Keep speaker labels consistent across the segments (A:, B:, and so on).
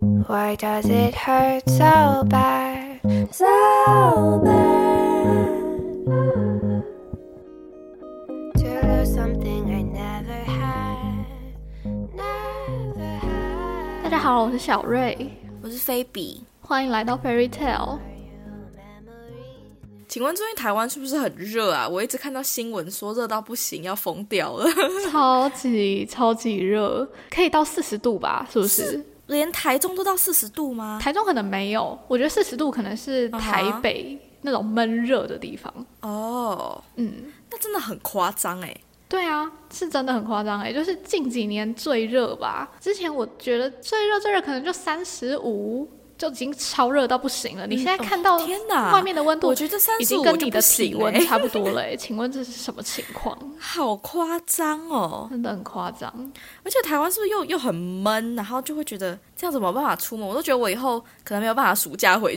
A: Why does it hurt so bad? So bad. To lose something I never had. Never had.
B: 大家好，我是小瑞，
C: 我是菲比。
B: 欢迎来到 Fairy Tale。
C: 请问最近台湾是不是很热啊？我一直看到新闻说热到不行，要疯掉了，
B: 超级超级热，可以到四十度吧？是不是？
C: 连台中都到四十度吗？
B: 台中可能没有，我觉得四十度可能是
C: 啊哈
B: 台北那种闷热的地方。
C: 哦，
B: 嗯，
C: 那真的很夸张哎。
B: 对啊，是真的很夸张哎，就是近几年最热吧。之前我觉得最热最热可能就三十五，就已经超热到不行了。你现在
C: 哦
B: 看到
C: 天哪，
B: 外面的温度
C: 我觉得三
B: 已
C: 十
B: 经
C: 五
B: 跟你的
C: 欸
B: 体温 差不多了哎，请问这是什么情况？
C: 好夸张哦。
B: 真的很夸张。
C: 而且台湾是不是又又很闷，然后就会觉得这样怎么办法出门？我都觉得我以后可能没有办法暑假回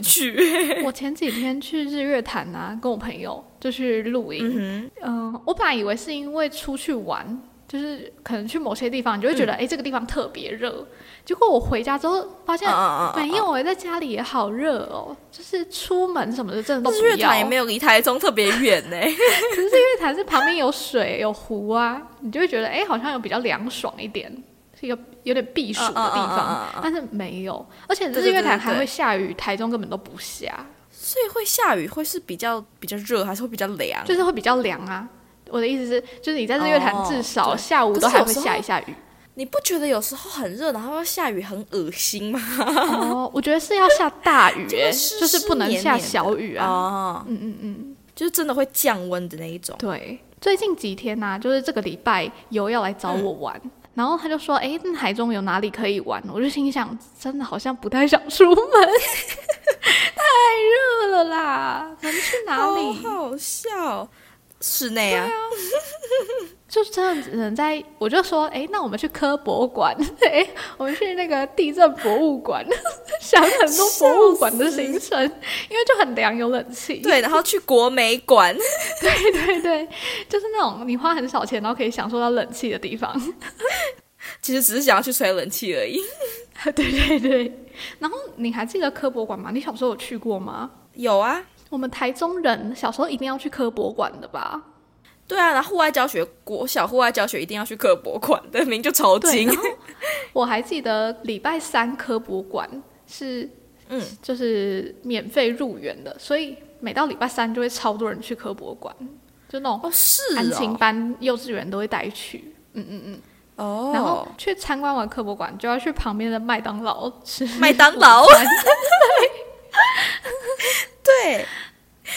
C: 去。
B: 我前几天去日月潭啊，跟我朋友就去露营，
C: 嗯
B: 嗯，我本来以为是因为出去玩，就是可能去某些地方，你就会
C: 嗯
B: 觉得哎、诶这个地方特别热。结果我回家之后发现、
C: 嗯嗯嗯
B: 没有哎、在家里也好热哦，就是出门什么的真的都
C: 但
B: 不
C: 是乐
B: 要。
C: 团也没有离台中特别远欸呢。
B: 可是日月潭是旁边有水有湖啊，你就会觉得哎、诶好像有比较凉爽一点，是一个有点避暑的地方。
C: 嗯嗯嗯嗯嗯嗯
B: 但是没有，而且
C: 对
B: 日
C: 对
B: 月
C: 对
B: 潭
C: 对
B: 还
C: 对
B: 会下雨，台中根本都不下。
C: 所以会下雨，会是比较比较热，还是会比较凉？
B: 就是会比较凉啊。我的意思是，就是你在日月潭
C: 哦
B: 至少
C: 对
B: 下午
C: 可
B: 都
C: 是
B: 还
C: 有
B: 会
C: 时候
B: 下一下 雨。
C: 你不觉得有时候很热，然后又下雨很恶心吗？
B: 哦，我觉得是要下大 雨、
C: 会
B: 欸，
C: 湿
B: 就是不能下小雨啊。
C: 哦，
B: 嗯嗯嗯，
C: 就是真的会降温的那一种。
B: 对。最近几天呐、就是这个礼拜有要来找我玩，
C: 嗯
B: 然后他就说：“哎、那台中有哪里可以玩？”我就心想，真的好像不太想出 门，太热了啦，能去哪里？
C: 好好笑，室内啊，
B: 就真的只能在，我就说，哎、那我们去科博馆， 哎、我们去那个地震博物馆， 想很多博物馆的行程，因为就很凉，有冷气。
C: 对，然后去国美馆，
B: 对 对对，就是那种你花很少钱，然后可以享受到冷气的地方。
C: 其实只是想要去吹冷气而已。
B: 对对对。然后你还记得科博馆吗？你小时候有去过吗？
C: 有啊，
B: 我们台中人小时候一定要去科博馆的吧？
C: 对啊，然后户外教学，国小户外教学一定要去科博馆的，名就超
B: 对，
C: 精
B: 然。后我还记得礼拜三科博馆是，
C: 嗯，
B: 就是免费入园的，所以每到礼拜三就会超多人去科博馆，就那种
C: 哦，是
B: 安亲
C: 哦，
B: 班、幼稚园都会带去。嗯嗯嗯，
C: 哦，
B: 然后去参观完科博馆，就要去旁边的麦当劳 吃
C: 麦当劳
B: 午餐
C: 对，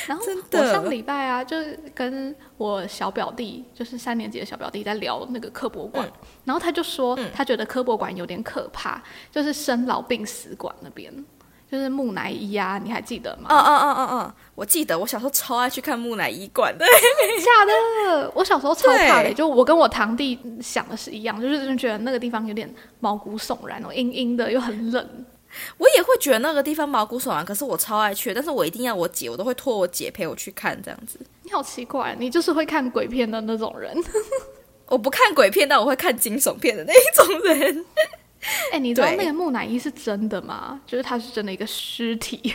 B: 然后
C: 真
B: 我
C: 的
B: 上礼拜啊，就是跟我小表弟，就是三年级的小表弟在聊那个科博馆，
C: 嗯
B: 然后他就说、他觉得科博馆有点可怕，就是生老病死馆那边，就是木乃伊啊，你还记得吗？
C: 嗯嗯嗯嗯嗯，我记得我小时候超爱去看木乃伊馆的。
B: 吓的！我小时候超怕的，
C: 对
B: 就我跟我堂弟想的是一样，就是真的觉得那个地方有点毛骨悚然哦，阴阴的又很冷。
C: 我也会觉得那个地方毛骨悚然，可是我超爱去，但是我一定要我姐，我都会托我姐陪我去看这样子。
B: 你好奇怪，你就是会看鬼片的那种人。
C: 我不看鬼片，但我会看惊悚片的那一种人。
B: 哎、你知道
C: 对
B: 那个木乃伊是真的吗？就是它是真的一个尸体。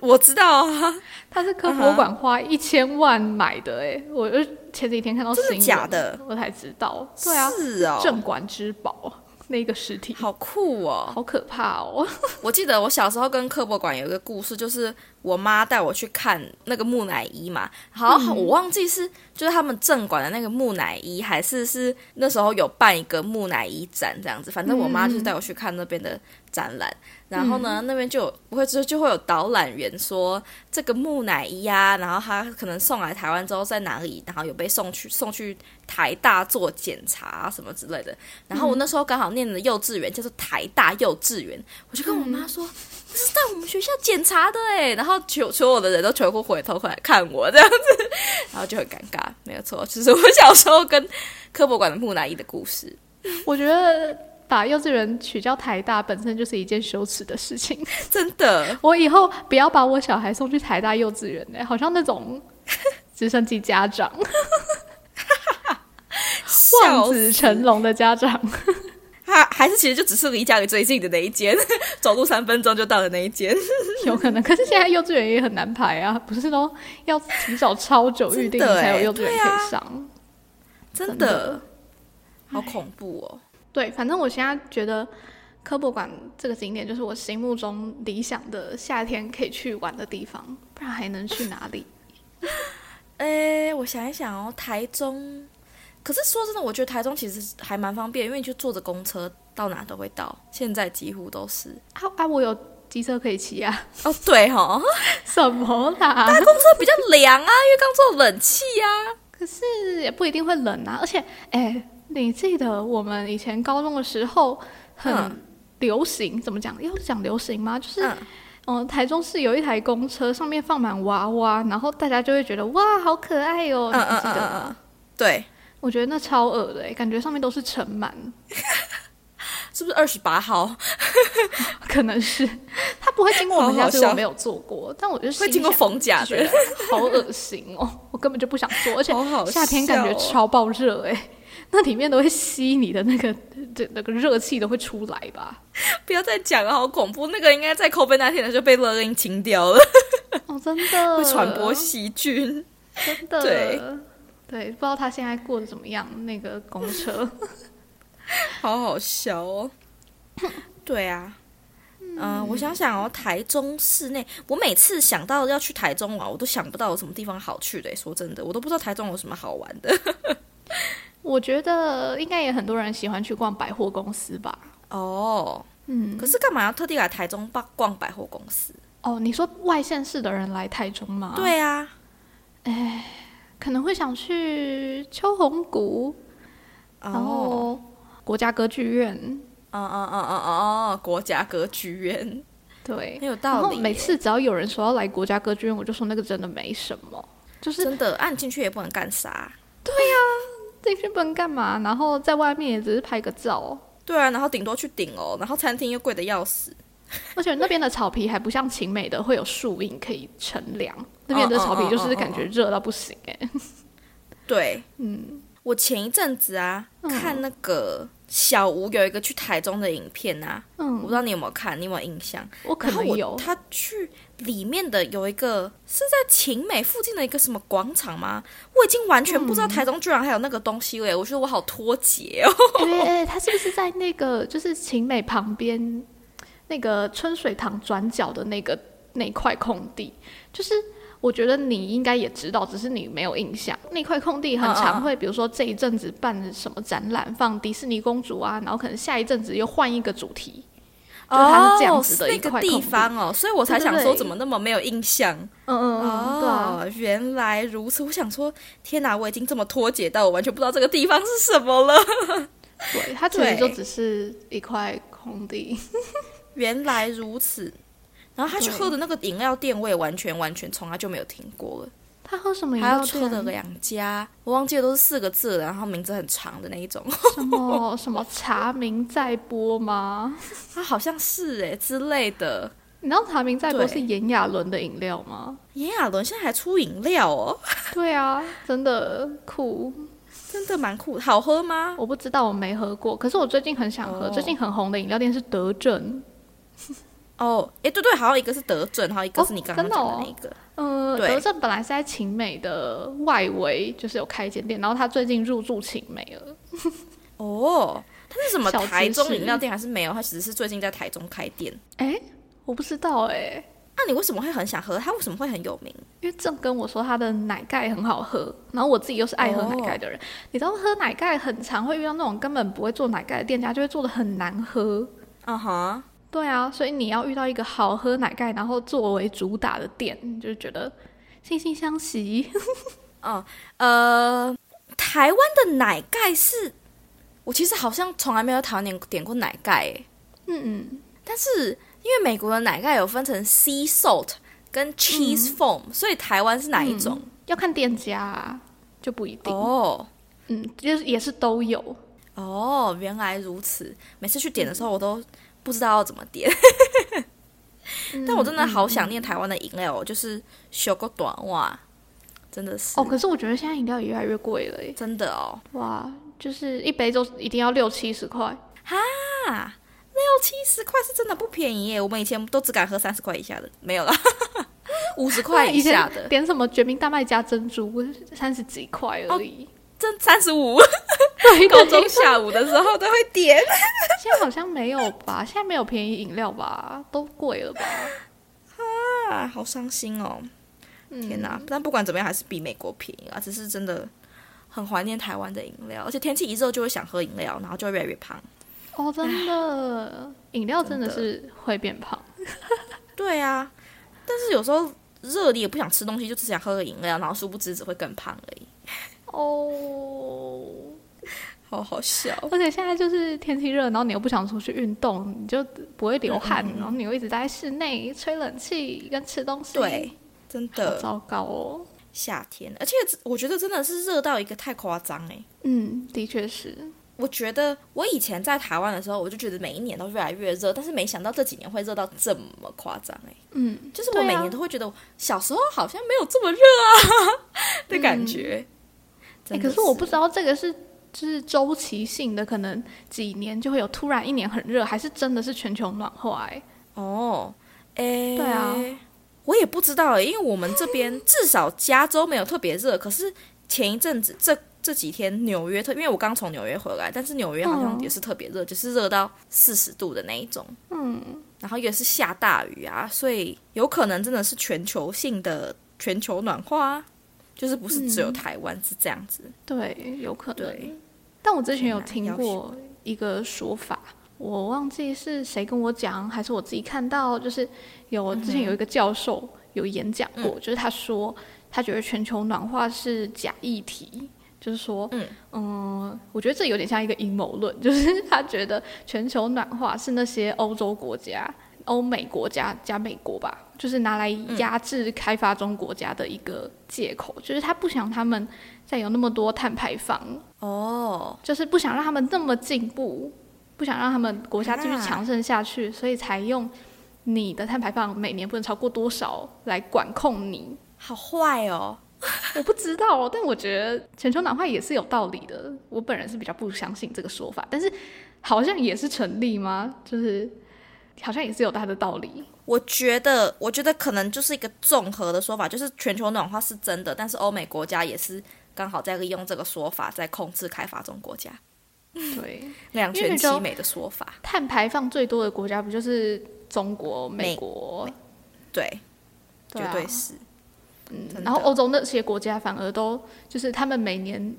C: 我知道啊，
B: 他是科博馆花一千万买的、欸，哎、我就前几天看到新
C: 真的
B: 闻，
C: 假的
B: 我才知道，对啊，
C: 是哦，
B: 镇馆之宝那个实体，
C: 好酷哦！
B: 好可怕 哦，
C: 我记得我小时候跟科博馆有一个故事，就是我妈带我去看那个木乃伊嘛，好，我忘记是就是他们镇馆的那个木乃伊，还是是那时候有办一个木乃伊展这样子，反正我妈就是带我去看那边的展览，然后呢，那边就有我会就就会有导览员说这个木乃伊啊，然后他可能送来台湾之后在哪里，然后有被送去送去台大做检查、啊什么之类的。然后我那时候刚好念的幼稚园叫做台大幼稚园，我就跟我妈说。这是在我们学校检查的哎，然后所所有的人都全部回头回来看我这样子，然后就很尴尬，没有错，就是我小时候跟科博馆的木乃伊的故事。
B: 我觉得。把幼稚园取叫台大本身就是一件羞耻的事情。
C: 真的，
B: 我以后不要把我小孩送去台大幼稚园呢、欸好像那种 直升机家长、望
C: 笑死
B: 子 成龙的家长。
C: 啊，他还是其实就只是离家里最近的那一间， 走路三分钟就到的那一间。
B: 有可能。可是现在幼稚园也很难排啊，不是都要提早超久预定
C: 真的欸
B: 才有幼稚园可以上？
C: 真的，
B: 真的
C: 好恐怖哦！
B: 对，反正我现在觉得科博馆这个景点就是我心目中理想的夏天可以去玩的地方，不然还能去哪里？
C: 哎，我想一想哦，台中，可是说真的，我觉得台中其实还蛮方便，因为你就坐着公车到哪都会到，现在几乎都是。
B: 啊啊，我有机车可以骑啊？
C: 哦，对哈、哦，
B: 什么啦？
C: 公车比较凉啊，因为刚坐冷气啊。
B: 可是也不一定会冷啊，而且，哎、你记得我们以前高中的时候很
C: 嗯
B: 流行，怎么讲？要讲流行吗？就是，嗯
C: 嗯、
B: 台中市有一台公车，上面放满娃娃，然后大家就会觉得哇，好可爱哦、
C: 嗯
B: 你
C: 嗯
B: 记
C: 嗯
B: 得
C: 嗯
B: 吗？
C: 嗯，对，
B: 我觉得那超恶的、哎感觉上面都是尘螨，
C: 是不是二十八号
B: 可能是它不会经过我们
C: 好
B: 家，
C: 好
B: 所以我
C: 笑
B: 没有坐过，但我就
C: 会
B: 心
C: 经过啊
B: 想
C: 逢甲
B: 就觉得？
C: 的
B: 好恶心哦，我根本就不想做，而且
C: 好好
B: 夏天感觉
C: 笑哦
B: 超爆热哎、 那里面都会吸你的那个 这那个热气都会出来吧？
C: 不要再讲了，好恐怖！那个应该在 COVID 那天就被勒令清掉了，
B: 哦，真的
C: 会传播细菌。
B: 真的
C: 对
B: 对不知道他现在过得怎么样？那个公车
C: 好好笑哦。对啊，嗯、我想想哦，台中市内，我每次想到要去台中玩，我都想不到有什么地方好去的耶。说真的，我都不知道台中有什么好玩
B: 嗯
C: 的。
B: 我觉得应该也很多人喜欢去逛百货公司吧？
C: 哦，
B: 嗯，
C: 可是干嘛要特地来台中逛逛百货公司？
B: 哦，你说外县市的人来台中吗？，
C: 对啊，
B: 可能会想去秋红谷，然
C: 哦，
B: 后国家歌剧院，
C: 嗯嗯嗯嗯嗯嗯，国家歌剧院
B: 对，
C: 很有
B: 然
C: 道
B: 后
C: 理耶。
B: 每次只要有人说要来国家歌剧院，我就说那个真的没什么，就是
C: 真的按进去也不能干啥。
B: 进去不能干嘛，然后在外面也只是拍个照，
C: 对啊，然后顶多去顶哦，然后餐厅又贵的要死。
B: 而且那边的草皮还不像晴美的会有树荫可以乘凉，那边的草皮
C: 哦
B: 就是感觉热到不行哎、
C: 对，
B: 嗯，
C: 我前一阵子啊，
B: 嗯
C: 看那个小吴有一个去台中的影片啊，我
B: 嗯，
C: 不知道你有没有看，你有没有印象？
B: 我可
C: 然后
B: 能
C: 我
B: 有，
C: 他去里面的有一个是在晴美附近的一个什么广场吗？我已经完全不知道台中居然还有那个东西了耶，我觉得我好脱节哦。
B: 哎 哎、哎他是不是在那个就是晴美旁边那个春水堂转角的那个那块空地？就是我觉得你应该也知道，只是你没有印象。那块空地很
C: 嗯嗯嗯
B: 常会，比如说这一阵子办什么展览，放迪士尼公主啊，然后可能下一阵子又换一个主题。就是它是这样子的
C: 哦
B: 一
C: 是
B: 块
C: 那个
B: 空
C: 地
B: 地
C: 方哦，所以我
B: 对
C: 才
B: 对
C: 想说
B: 对
C: 怎么那么没有印象。
B: 嗯嗯嗯，对啊。
C: 哦，原来如此！我想说，天哪，我已经这么脱节到我完全不知道这个地方是什么了。
B: 对，它其实就
C: 对
B: 只是一块空地。
C: 原来如此。然后他去
B: 对
C: 喝的那个饮料店，我也完全完全从来就没有听过了。
B: 他喝什么饮
C: 还
B: 料
C: 有喝的
B: 店？
C: 两家，我忘记了都是四个字的，然后名字很长的那一种。
B: 什么什么茶名在播吗？
C: 他好像是哎、之类的。
B: 你知道茶名在播
C: 对
B: 是炎亚纶的饮料吗？
C: 炎亚纶现在还出饮料哦，
B: 对啊，真的酷。
C: 真的蛮酷。好喝吗？
B: 我不知道，我没喝过，可是我最近很想喝。
C: 哦
B: 最近很红的饮料店是德政，
C: 哦，哎、对对，好像一个是德政，还有一个
B: 哦
C: 是你刚刚
B: 真的
C: 讲的
B: 哦
C: 那一个。
B: 呃，
C: 对
B: 德政本来是在晴美的外围，就是有开一间店，然后他最近入驻晴美了。
C: 哦，它是什么
B: 小知识
C: 台中饮料店还是没有？它只是最近在台中开店。
B: 哎、我不知道哎、
C: 那、你为什么会很想喝？它为什么会很有名？
B: 因为正跟我说他的奶盖很好喝，然后我自己又是爱喝奶盖的
C: 哦
B: 人，你知道喝奶盖很常会遇到那种根本不会做奶盖的店家，就会做的很难喝。
C: 啊哈，
B: 对啊，所以你要遇到一个好喝奶盖，然后作为主打的店，你就觉得惺惺相惜。
C: 嗯呃，台湾的奶盖是，我其实好像从来没有在台湾点点过奶盖诶，
B: 嗯嗯，
C: 但是因为美国的奶盖有分成 sea salt 跟
B: 嗯
C: cheese foam，、所以台湾是哪一种？
B: 要看店家、啊、就不一定。
C: 哦
B: 嗯，就是也是都有。
C: 哦，原来如此。每次去点的时候，
B: 嗯
C: 我都不知道要怎么点，
B: 嗯
C: 但我真的好想念台湾的饮料哦，就是小个短袜，真的是
B: 哦，可是我觉得现在饮料也越来越贵了耶，
C: 真的哦。
B: 哇，就是一杯就一定要六七十块。
C: 哈，六七十块是真的不便宜耶！我们以前都只敢喝三十块以下的，没有啦， 五十块以下
B: 以前
C: 的，
B: 点什么绝命大麦加珍珠，三十几块而已。
C: 真三十五。
B: 对，
C: 哦高中
B: 现
C: 下 午的时候都会点，
B: 在好像没有吧？现在没有便宜饮料吧？都贵了吧？
C: 啊，好伤心哦！
B: 嗯
C: 天哪！但不管怎么样，还是比美国便宜啊。只是真的很怀念台湾的饮料，而且天气一热就会想喝饮料，然后就会越来越胖。
B: 哦，真的，饮料真的是会变胖。
C: 对啊，但是有时候热你也不想吃东西，就只想喝个饮料，然后殊不知只会更胖而已。
B: 哦，
C: 好好笑，
B: 而且现在就是天气热，然后你又不想出去运动，你就不会流
C: 嗯
B: 汗，然后你又一直待在室内吹冷气跟吃东西，
C: 对，呃真
B: 好
C: 的
B: 糟糕哦。
C: 夏天，而且我觉得真的是热到一个太夸张哎。
B: 嗯，的确是。
C: 我觉得我以前在台湾的时候，我就觉得每一年都越来越热，但是没想到这几年会热到这么夸张哎。
B: 嗯，
C: 就是我每
B: 对啊
C: 年都会觉得，小时候好像没有这么热啊 的感觉。
B: 欸
C: 真的
B: 可是我不知道这个是就是周期性的，可能几年就会有突然一年很热，还是真的是全球暖化、欸？
C: 哦，哎、
B: 对啊，
C: 我也不知道、欸，因为我们这 边至少加州没有特别热，可是前一阵子这这几天纽约特，因为我刚从纽约回来，但是纽约好像
B: 嗯
C: 也是特别热，就是热到四十度的那一种，
B: 嗯，
C: 然后也是下大雨啊，所以有可能真的是全球性的全球暖化、啊，就是不是只有
B: 嗯
C: 台湾是这样子，
B: 对，有可
C: 对
B: 能。但我之前有
C: 天哪
B: 听
C: 要
B: 过一个说法，我忘记是谁跟我讲，还是我自己看到，就是有
C: 嗯
B: 之前有一个教授有演讲过，就是他说他觉得全球暖化是假议题。就是说，
C: 嗯
B: 嗯我觉得这有点像一个阴谋论， 就是他觉得全球暖化是那些欧洲国家、欧美国家加美国吧，就是拿来
C: 嗯
B: 压制开发中国家的一个借口，就是他不想他们再有那么多碳排放，
C: 哦，
B: 就是不想让他们那么进步，不想让他们国家继续
C: 啊
B: 强盛下去，所以才用你的碳排放每年不能超过多少来管控你。
C: 好坏哦。
B: 我不知道，但我觉得全球暖化也是有道理的。我本人是比较不相信这个说法，但是好像也是成立吗？就是好像也是有它的道理。
C: 我觉得，我觉得可能就是一个综合的说法，就是全球暖化是真的，但是欧美国家也是刚好在利用这个说法在控制开发中国家，
B: 对，
C: 两
B: 因为
C: 全
B: 那
C: 其
B: 时候
C: 美的说法。
B: 嗯碳排放最多的国家不就是中国、
C: 美
B: 美国？
C: 对，
B: 啊
C: 绝对是。
B: 嗯
C: 真的
B: 然后欧洲那些国家反而都就是他们每年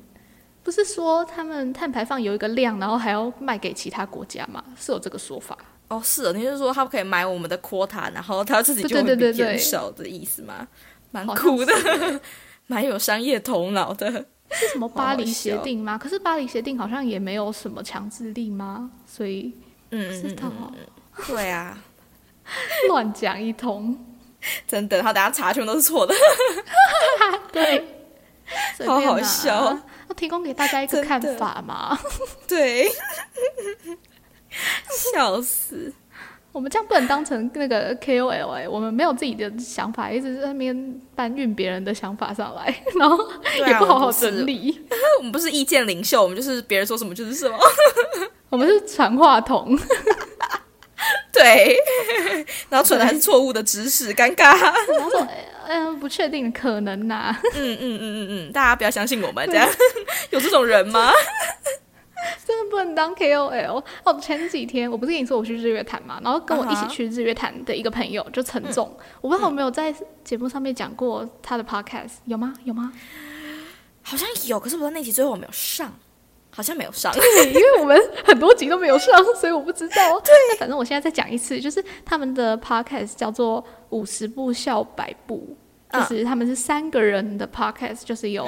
B: 不是说他们碳排放有一个量，然后还要卖给其他国家嘛，是有这个说法。
C: 哦，是的，你是说他可以买我们的 quota，然后他自己就
B: 对
C: 会
B: 对对
C: 被
B: 对对
C: 减少的意思吗？蛮
B: 好像
C: 酷的， 蛮有商业头脑的。
B: 是什么
C: 好
B: 巴
C: 好
B: 黎协
C: 笑
B: 定吗？可是巴黎协定好像也没有什么强制力吗？所以
C: 嗯
B: 知
C: 嗯
B: 道
C: 嗯，对啊，
B: 乱讲一通，
C: 真的，他等下查全部都是错的，
B: 对，随
C: 好
B: 便
C: 好
B: 啦
C: 笑。
B: 要提供给大家一个
C: 真
B: 看
C: 的
B: 法嘛？
C: 对， 笑死。
B: 我们这样不能当成那个 KOL 哎、我们没有自己的想法，一直在那边搬运别人的想法上来， 然后
C: 对啊
B: 也不好
C: 我
B: 好
C: 们不是
B: 整理。
C: 我们不是意见领袖，我们就是别人说什么就是什么。
B: 我们是传话筒，
C: 对， 然后传的还是错误的知识，尴尬。
B: 然后说，嗯、呃不确定，可能啊呐、
C: 嗯嗯嗯嗯嗯，大家不要相信我们，这样 有这种人吗？
B: 真的不能当 KOL。哦，前几天我不是跟你说我去日月潭嘛，然后跟我一
C: 啊哈
B: 起去日月潭的一个朋友就陈总，
C: 嗯
B: 我不知道有没有在节目上面讲过他的 podcast，有吗？有吗？
C: 好像有，可是我的那集最后没有上，好像没有上。
B: 对，因为我们很多集都没有上，所以我不知道。对，反正我现在再讲一次，就是他们的 podcast 叫做《五十步笑百步》，
C: 嗯
B: 就是他们是三个人的 podcast，就是有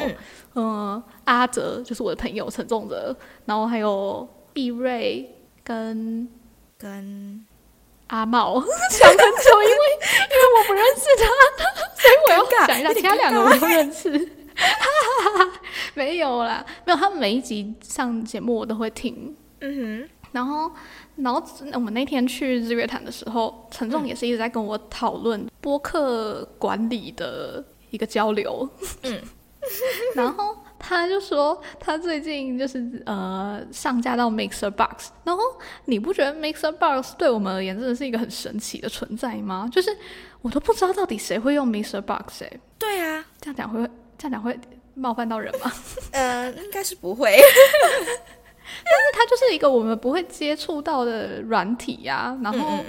B: 嗯、呃阿哲，就是我的朋友陈仲哲，然后还有毕瑞跟
C: 跟
B: 阿茂， 想很久，因为因为我不认识他，所以我要讲一下，其他两个我都认识。 哈哈哈哈没有啦，没有，他们每一集上节目我都会听，
C: 嗯
B: 然后，然后我们那天去日月潭的时候，陈仲也是一直在跟我讨
C: 嗯
B: 论播客管理的一个交流。
C: 嗯，
B: 然后他就说他最近就是呃上架到 Mixer Box，然后你不觉得 Mixer Box 对我们而言真的是一个很神奇的存在吗？就是我都不知道到底谁会用 Mixer Box 哎、
C: 对啊，
B: 这样讲会这样讲会冒犯到人吗？
C: 呃，应该是不 会。
B: 但它就是一个我们不会接触到的软体呀、然
C: 嗯
B: 后、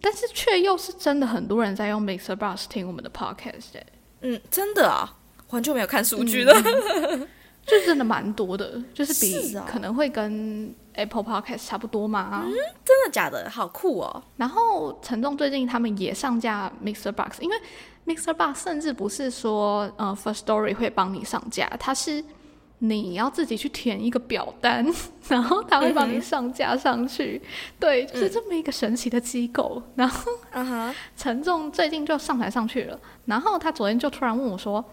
B: 但是却又是真的很多人在用 Mixer Box 听我们的 podcast 哎、
C: 嗯，真的啊，我很久没有看数据了。
B: 就真的蛮多的，就是比
C: 是哦
B: 可能会跟 Apple Podcast 差不多嘛。 啊
C: 真的假的？好酷哦！
B: 然后陈仲最近他们也上架 Mixer Box，因为 Mixer Box 甚至不是说呃 First Story 会帮你上架，它是你要自己去填一个表单， 然后它会帮你上架上去。对，就是这么一个神奇的机构。然后
C: 嗯哼，
B: 陈仲最近就上台上去了，然后他昨天就突然问我说：“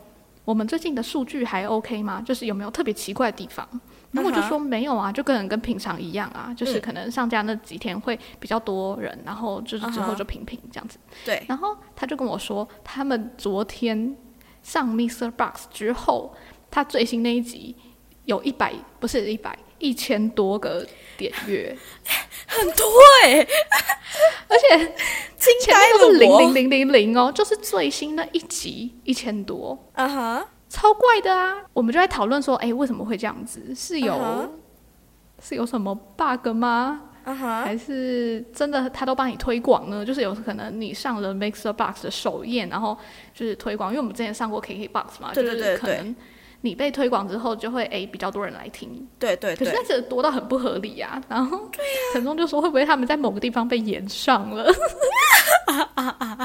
B: 我们最近的数据还 OK 吗？就是有没有特别奇怪的地方？”然
C: 嗯
B: 后我就说：“没有啊，就跟跟平常一样啊，就是可能上架那几天会比较多人，然后就是
C: 嗯
B: 之后就平平这样子。
C: 对，
B: 然后他就跟我说，他们昨天上 Mr. Box 之后，他最新那一集有一百不是一百一千多个点阅，
C: 很多 哎、
B: 而且
C: 惊
B: 前面
C: 呆
B: 都是
C: 了
B: 零零
C: 我。
B: 零零零哦，就是最新的一集一千多，
C: 嗯哼，
B: 超怪的啊！我们就在讨论说，哎、为什么会这样子？是有、
C: 嗯哼
B: 是有什么 bug 吗？
C: 嗯哼，
B: 还是真的他都帮你推广呢？就是有可能你上了 Mixer Box 的首页，然后就是推广，因为我们之前上过 KK Box 嘛，
C: 对对
B: 就是
C: 对
B: 可能你被推广之后就会哎、比较多人来听，
C: 对对
B: 可是
C: 对，
B: 那这多到很不合理呀、然后陈忠就说会不会他们在某个地方被延上了？因为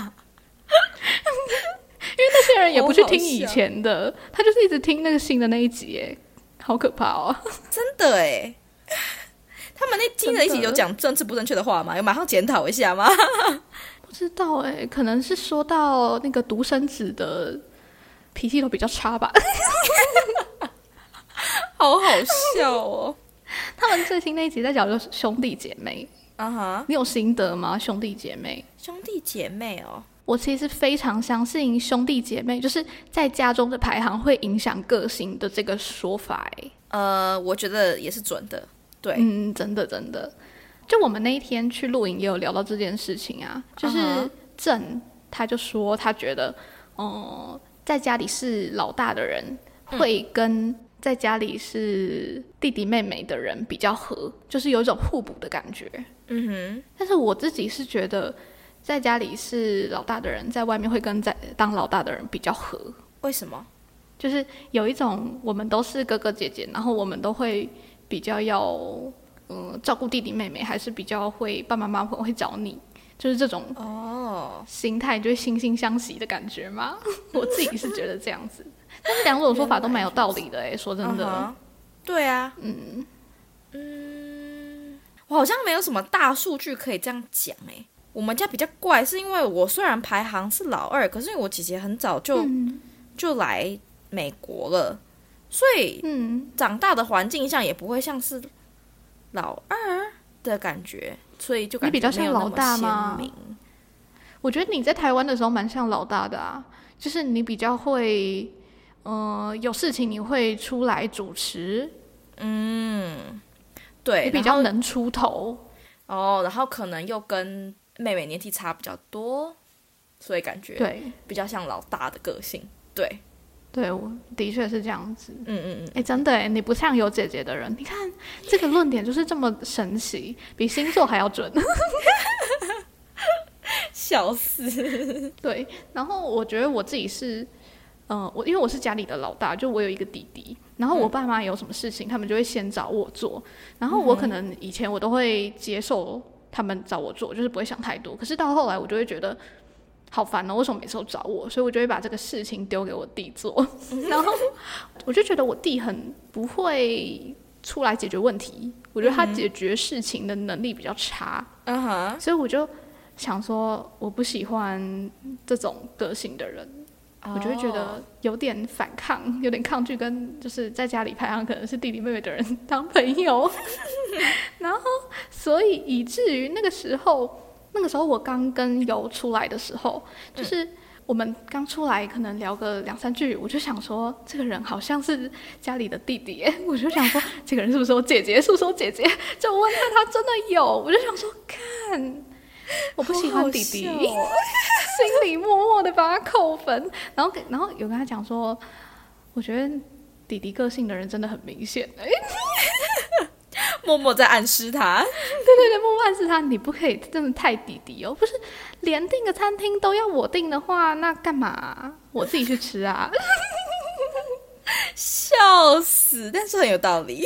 B: 那些人也不去听以前的，他就是一直听那个新的那一集，哎，好可怕哦！
C: 真的哎、 他们那惊人一起
B: 真的
C: 有讲政治不正确的话吗？有马上检讨一下吗？
B: 不知道哎，可能是说到那个独生子的脾气都比较差吧。
C: 好好笑哦。
B: 他们最新那一集在讲就是兄弟姐妹，
C: 嗯哼，
B: 你有心得吗？兄弟姐妹，
C: 兄弟姐妹哦，
B: 我其实非常相信兄弟姐妹就是在家中的排行会影响个性的这个说法、欸。
C: 呃，我觉得也是准的。对，
B: 嗯，真的真的。就我们那一天去露营也有聊到这件事情啊，就是
C: 嗯哼
B: 郑他就说他觉得，哦、在家里是老大的人
C: 嗯
B: 会跟在家里是弟弟妹妹的人比较合，就是有一种互补的感觉。
C: 嗯
B: 但是我自己是觉得，在家里是老大的人，在外面会跟在当老大的人比较合，
C: 哼，为什么？
B: 就是有一种我们都是哥哥姐姐，然后我们都会比较要嗯、呃照顾弟弟妹妹，还是比较会爸爸妈妈会会找你，就是这种
C: 哦，
B: 心态，就会惺惺相惜的感觉 嘛。我自己是觉得这样子，但是两种说法都蛮有道理的哎、说真的。
C: 嗯哼对啊，嗯嗯，我好像没有什么大数据可以这样讲哎、我们家比较怪，是因为我虽然排行是老二，可是因为我姐姐很早就、
B: 嗯
C: 就来美国了，所以
B: 嗯，
C: 长大的环境下也不会像是老二的感觉，所以就感
B: 你
C: 觉
B: 比较像
C: 没有那么
B: 老大吗
C: 鲜明
B: 我觉得你在台湾的时候蛮像老大的啊，就是你比较会，呃，有事情你会出来主持，
C: 嗯对，
B: 你比
C: 然
B: 较能出头。
C: 哦，然后可能又跟妹妹年纪差比较多，所以感觉
B: 对，
C: 比较像老大的个性。对，
B: 对，我的确是这样子。
C: 嗯嗯嗯，
B: 哎，真的哎，你不像有姐姐的人，你看这个论点就是这么神奇，比星座还要准。
C: 笑死。
B: 对，然后我觉得我自己是，呃，我因为我是家里的老大，就我有一个弟弟，然后我爸妈有什么事情，他们就会先找我做，然后我可能以前我都会接受他们找我做，就是不会想太多，可是到后来我就会觉得。好烦哦！为什么每次都找我？所以我就会把这个事情丢给我弟做，然后我就觉得我弟很不会出来解决问题，我觉得他解决事情的能力比较差。
C: 嗯哼，
B: 所以我就想说，我不喜欢这种个性的人，我就会觉得有点反抗，有点抗拒跟就是在家里排行可能是弟弟妹妹的人当朋友， 然后所以以至于那个时候，那个时候我刚跟游出来的时候，就是我们刚出来可能聊个两三句，我就想说这个人好像是家里的弟弟耶， 我就想说这个人是不是我姐姐，是不是我姐姐？就问他，他真的有，我就想说看，我不喜欢弟弟，
C: 好好笑哦
B: 心里默默的把他扣分，然后跟然后有跟他讲说，我觉得弟弟个性的人真的很明显， 哎，
C: 默默在暗示他，
B: 对对对，木万是他，你不可以真的太弟弟哦，不是连订个餐厅都要我订的话，那干嘛、我自己去吃啊。
C: 笑死，但是很有道 理。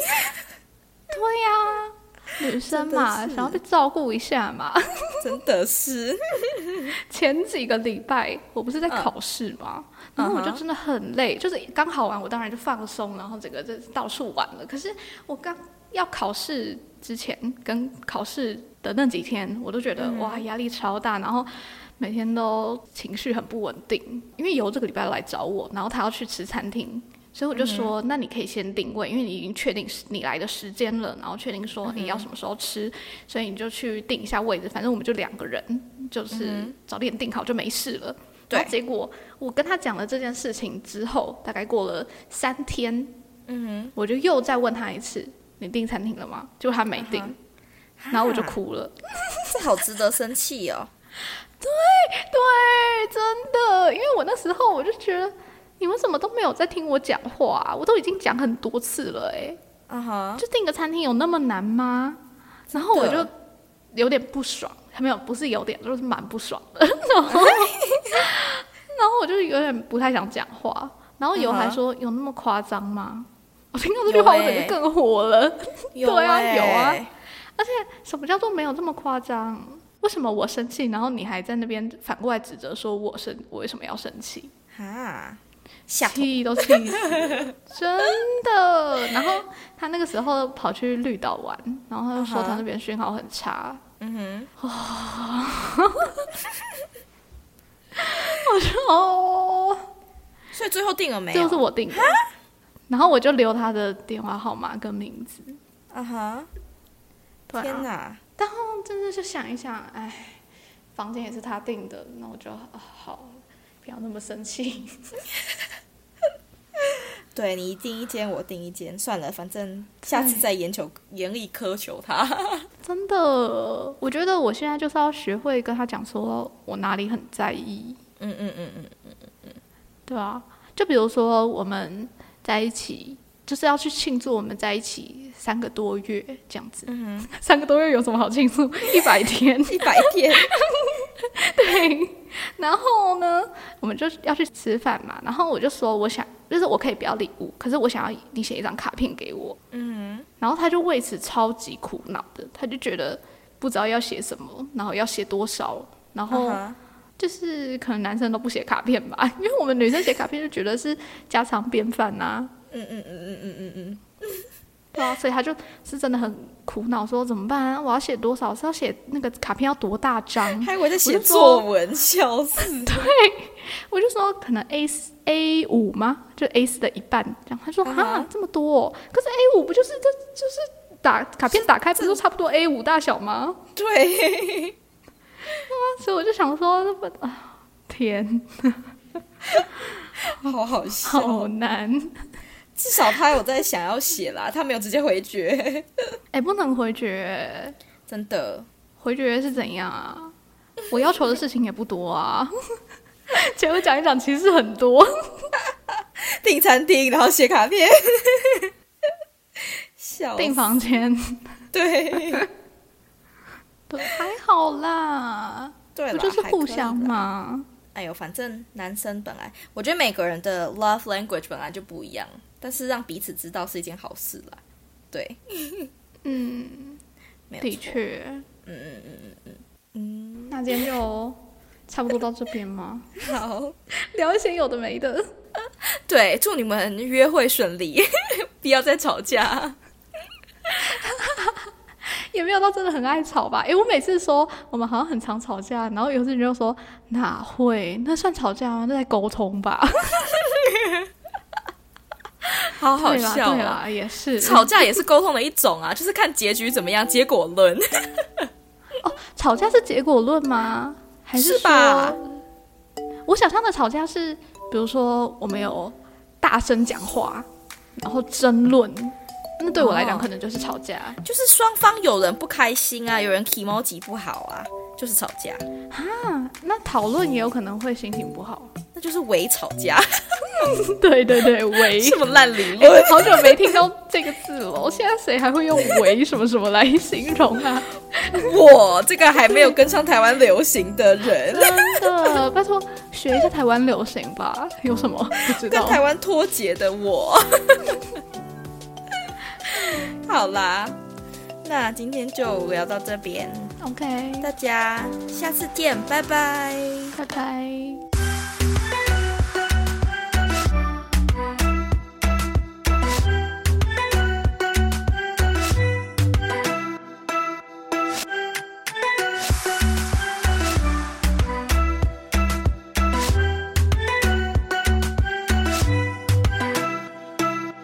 B: 对呀、女生嘛，
C: 真的是
B: 想要被照顾一下嘛。
C: 真的是，
B: 前几个礼拜我不是在考试嘛，然后我就真的很累，就是刚考完，我当然就放松，然后整个就到处玩了。可是我刚要考试之前跟考试的那几天，我都觉得、哇压力超大，然后。每天都情绪很不稳定，因为由这个礼拜来找我，然后他要去吃餐厅，所以我就说，那你可以先定位，因为你已经确定是你来的时间了，然后确定说你要什么时候吃，所以你就去定一下位置。反正我们就两个人，就是早点定好就没事了。
C: 嗯对
B: 然后结果我跟他讲了这件事情之后，大概过了三天，嗯，我就又再问他一次，你订餐厅了吗？结果他没订，然后我就
C: 啊哈，啊
B: 哭了。
C: 这好值得生气哦。
B: 对，真的，因为我那时候我就觉得，你们怎么都没有在听我讲话啊、我都已经讲很多次了、欸，
C: 啊哈，
B: 就订个餐厅有那么难吗？然后我
C: 真的
B: 就有点不爽，还没有，不是有点，就是蛮不爽的。 然 后，然后我就有点不太想讲话。然后有还说、有那么夸张吗？我听到这句话，
C: 嗯
B: 我
C: 有
B: 整个
C: 欸
B: 更火了。
C: 有
B: 对啊
C: 欸
B: 有啊，什么叫做没有这么夸张？为什么我生气，然后你还在那边反过来指责说我生，我为什么要生气？
C: 哈，吓头
B: 气都气死 了，真的。然后他那个时候跑去绿岛玩，然后他就说
C: 嗯哼
B: 他那边讯号很差。嗯哼，我说哦，
C: 所以最后定了没
B: 这
C: 有？
B: 个是我定的。然后我就留他的电话号码跟名字。
C: 啊哈，
B: 对
C: 天
B: 啊，
C: 哪，
B: 然后真的就想一想，哎，房间也是他订的，那我就、啊好，不要那么生气。
C: 对你定一间，我定一间，算了，反正下次再研究严厉苛求他。
B: 真的，我觉得我现在就是要学会跟他讲，说我哪里很在意，
C: 嗯嗯嗯嗯，
B: 对啊，就比如说我们在一起，就是要去庆祝我们在一起三个多月这样子。嗯、三个多月有什么好庆祝？一百天。
C: 一百天，
B: 对，然后呢，我们就要去吃饭嘛。然后我就说，我想就是我可以不要礼物，可是我想要你写一张卡片给我。嗯，然后他就为此超级苦恼的，他就觉得不知道要写什么，然后要写多少，然后
C: 啊哈
B: 就是可能男生都不写卡片吧，因为我们女生写卡片就觉得是家常便饭呐、
C: 嗯嗯嗯嗯嗯嗯嗯，
B: 对啊，所以他就是真的很苦恼，说怎么办、啊？我要写多少？是要写那个卡片要多大张
C: 嗯？还以为在
B: 我
C: 写
B: 就说
C: 作文，笑死。
B: 我就说可能 A A 五吗？就 A 四的一半这样。他说
C: 嗯哼
B: 啊、这么多、哦，可是 A 五不就是这就是打卡片打开不是都差不多 A 五大小吗？
C: 对，
B: 所以我就想说，这不啊，天，
C: 好好笑。
B: 好难。
C: 至少他有在想要写啦，他没有直接回绝，
B: 哎、不能回绝，
C: 真的。
B: 回绝是怎样啊？我要求的事情也不多啊， 结果讲一讲其实很多。
C: 订餐厅，然后写卡片， 笑死
B: 订房间，
C: 对
B: 对，还好啦，
C: 对
B: 不
C: 啦，
B: 就是
C: 还
B: 互
C: 可以
B: 相
C: 啦。
B: 嘛。
C: 哎呦，反正男生本来，我觉得每个人的 love language 本来就不一样，但是让彼此知道是一件好事啦。对，
B: 嗯，
C: 没有
B: 的
C: 错，
B: 确，嗯嗯嗯嗯嗯，那今天就差不多到这边吗？
C: 好，
B: 聊一些有的没的，
C: 对，祝你们约会顺利， 不要再吵架。
B: 也没有到真的很爱吵吧。诶，我每次说我们好像很常吵架，然后有些人就说哪会，那算吵架吗？那在沟通吧。
C: 好好
B: 对啦
C: 笑、
B: 啊对
C: 哦，
B: 啦，也是嗯
C: 吵架也是沟通的一种啊，就是看结局怎么样，结果论。
B: 吵架是结果论吗？还
C: 是吧
B: 说？我想象的吵架是，比如说我们有大声讲话，然后争论，那对我来讲
C: 哦
B: 可能就是吵架。
C: 就是双方有人不开心啊，有人 emoji 不好啊，就是吵架，
B: 啊，那讨论也有可能会心情不好。
C: 那就是伪吵架，
B: 对对 对，围。
C: 这么烂理
B: 哎、
C: 论
B: 我。好久没听到这个字了。现在谁还会用“围”什么什么来形容啊？
C: 我这个还没有跟上台湾流行的人，
B: 真的，拜托学一下台湾流行吧。有什么不知
C: 跟
B: 道？
C: 台湾脱节的我。 好啦，那今天就聊到这边，
B: OK，
C: 大家下次见，拜拜。
B: 拜拜。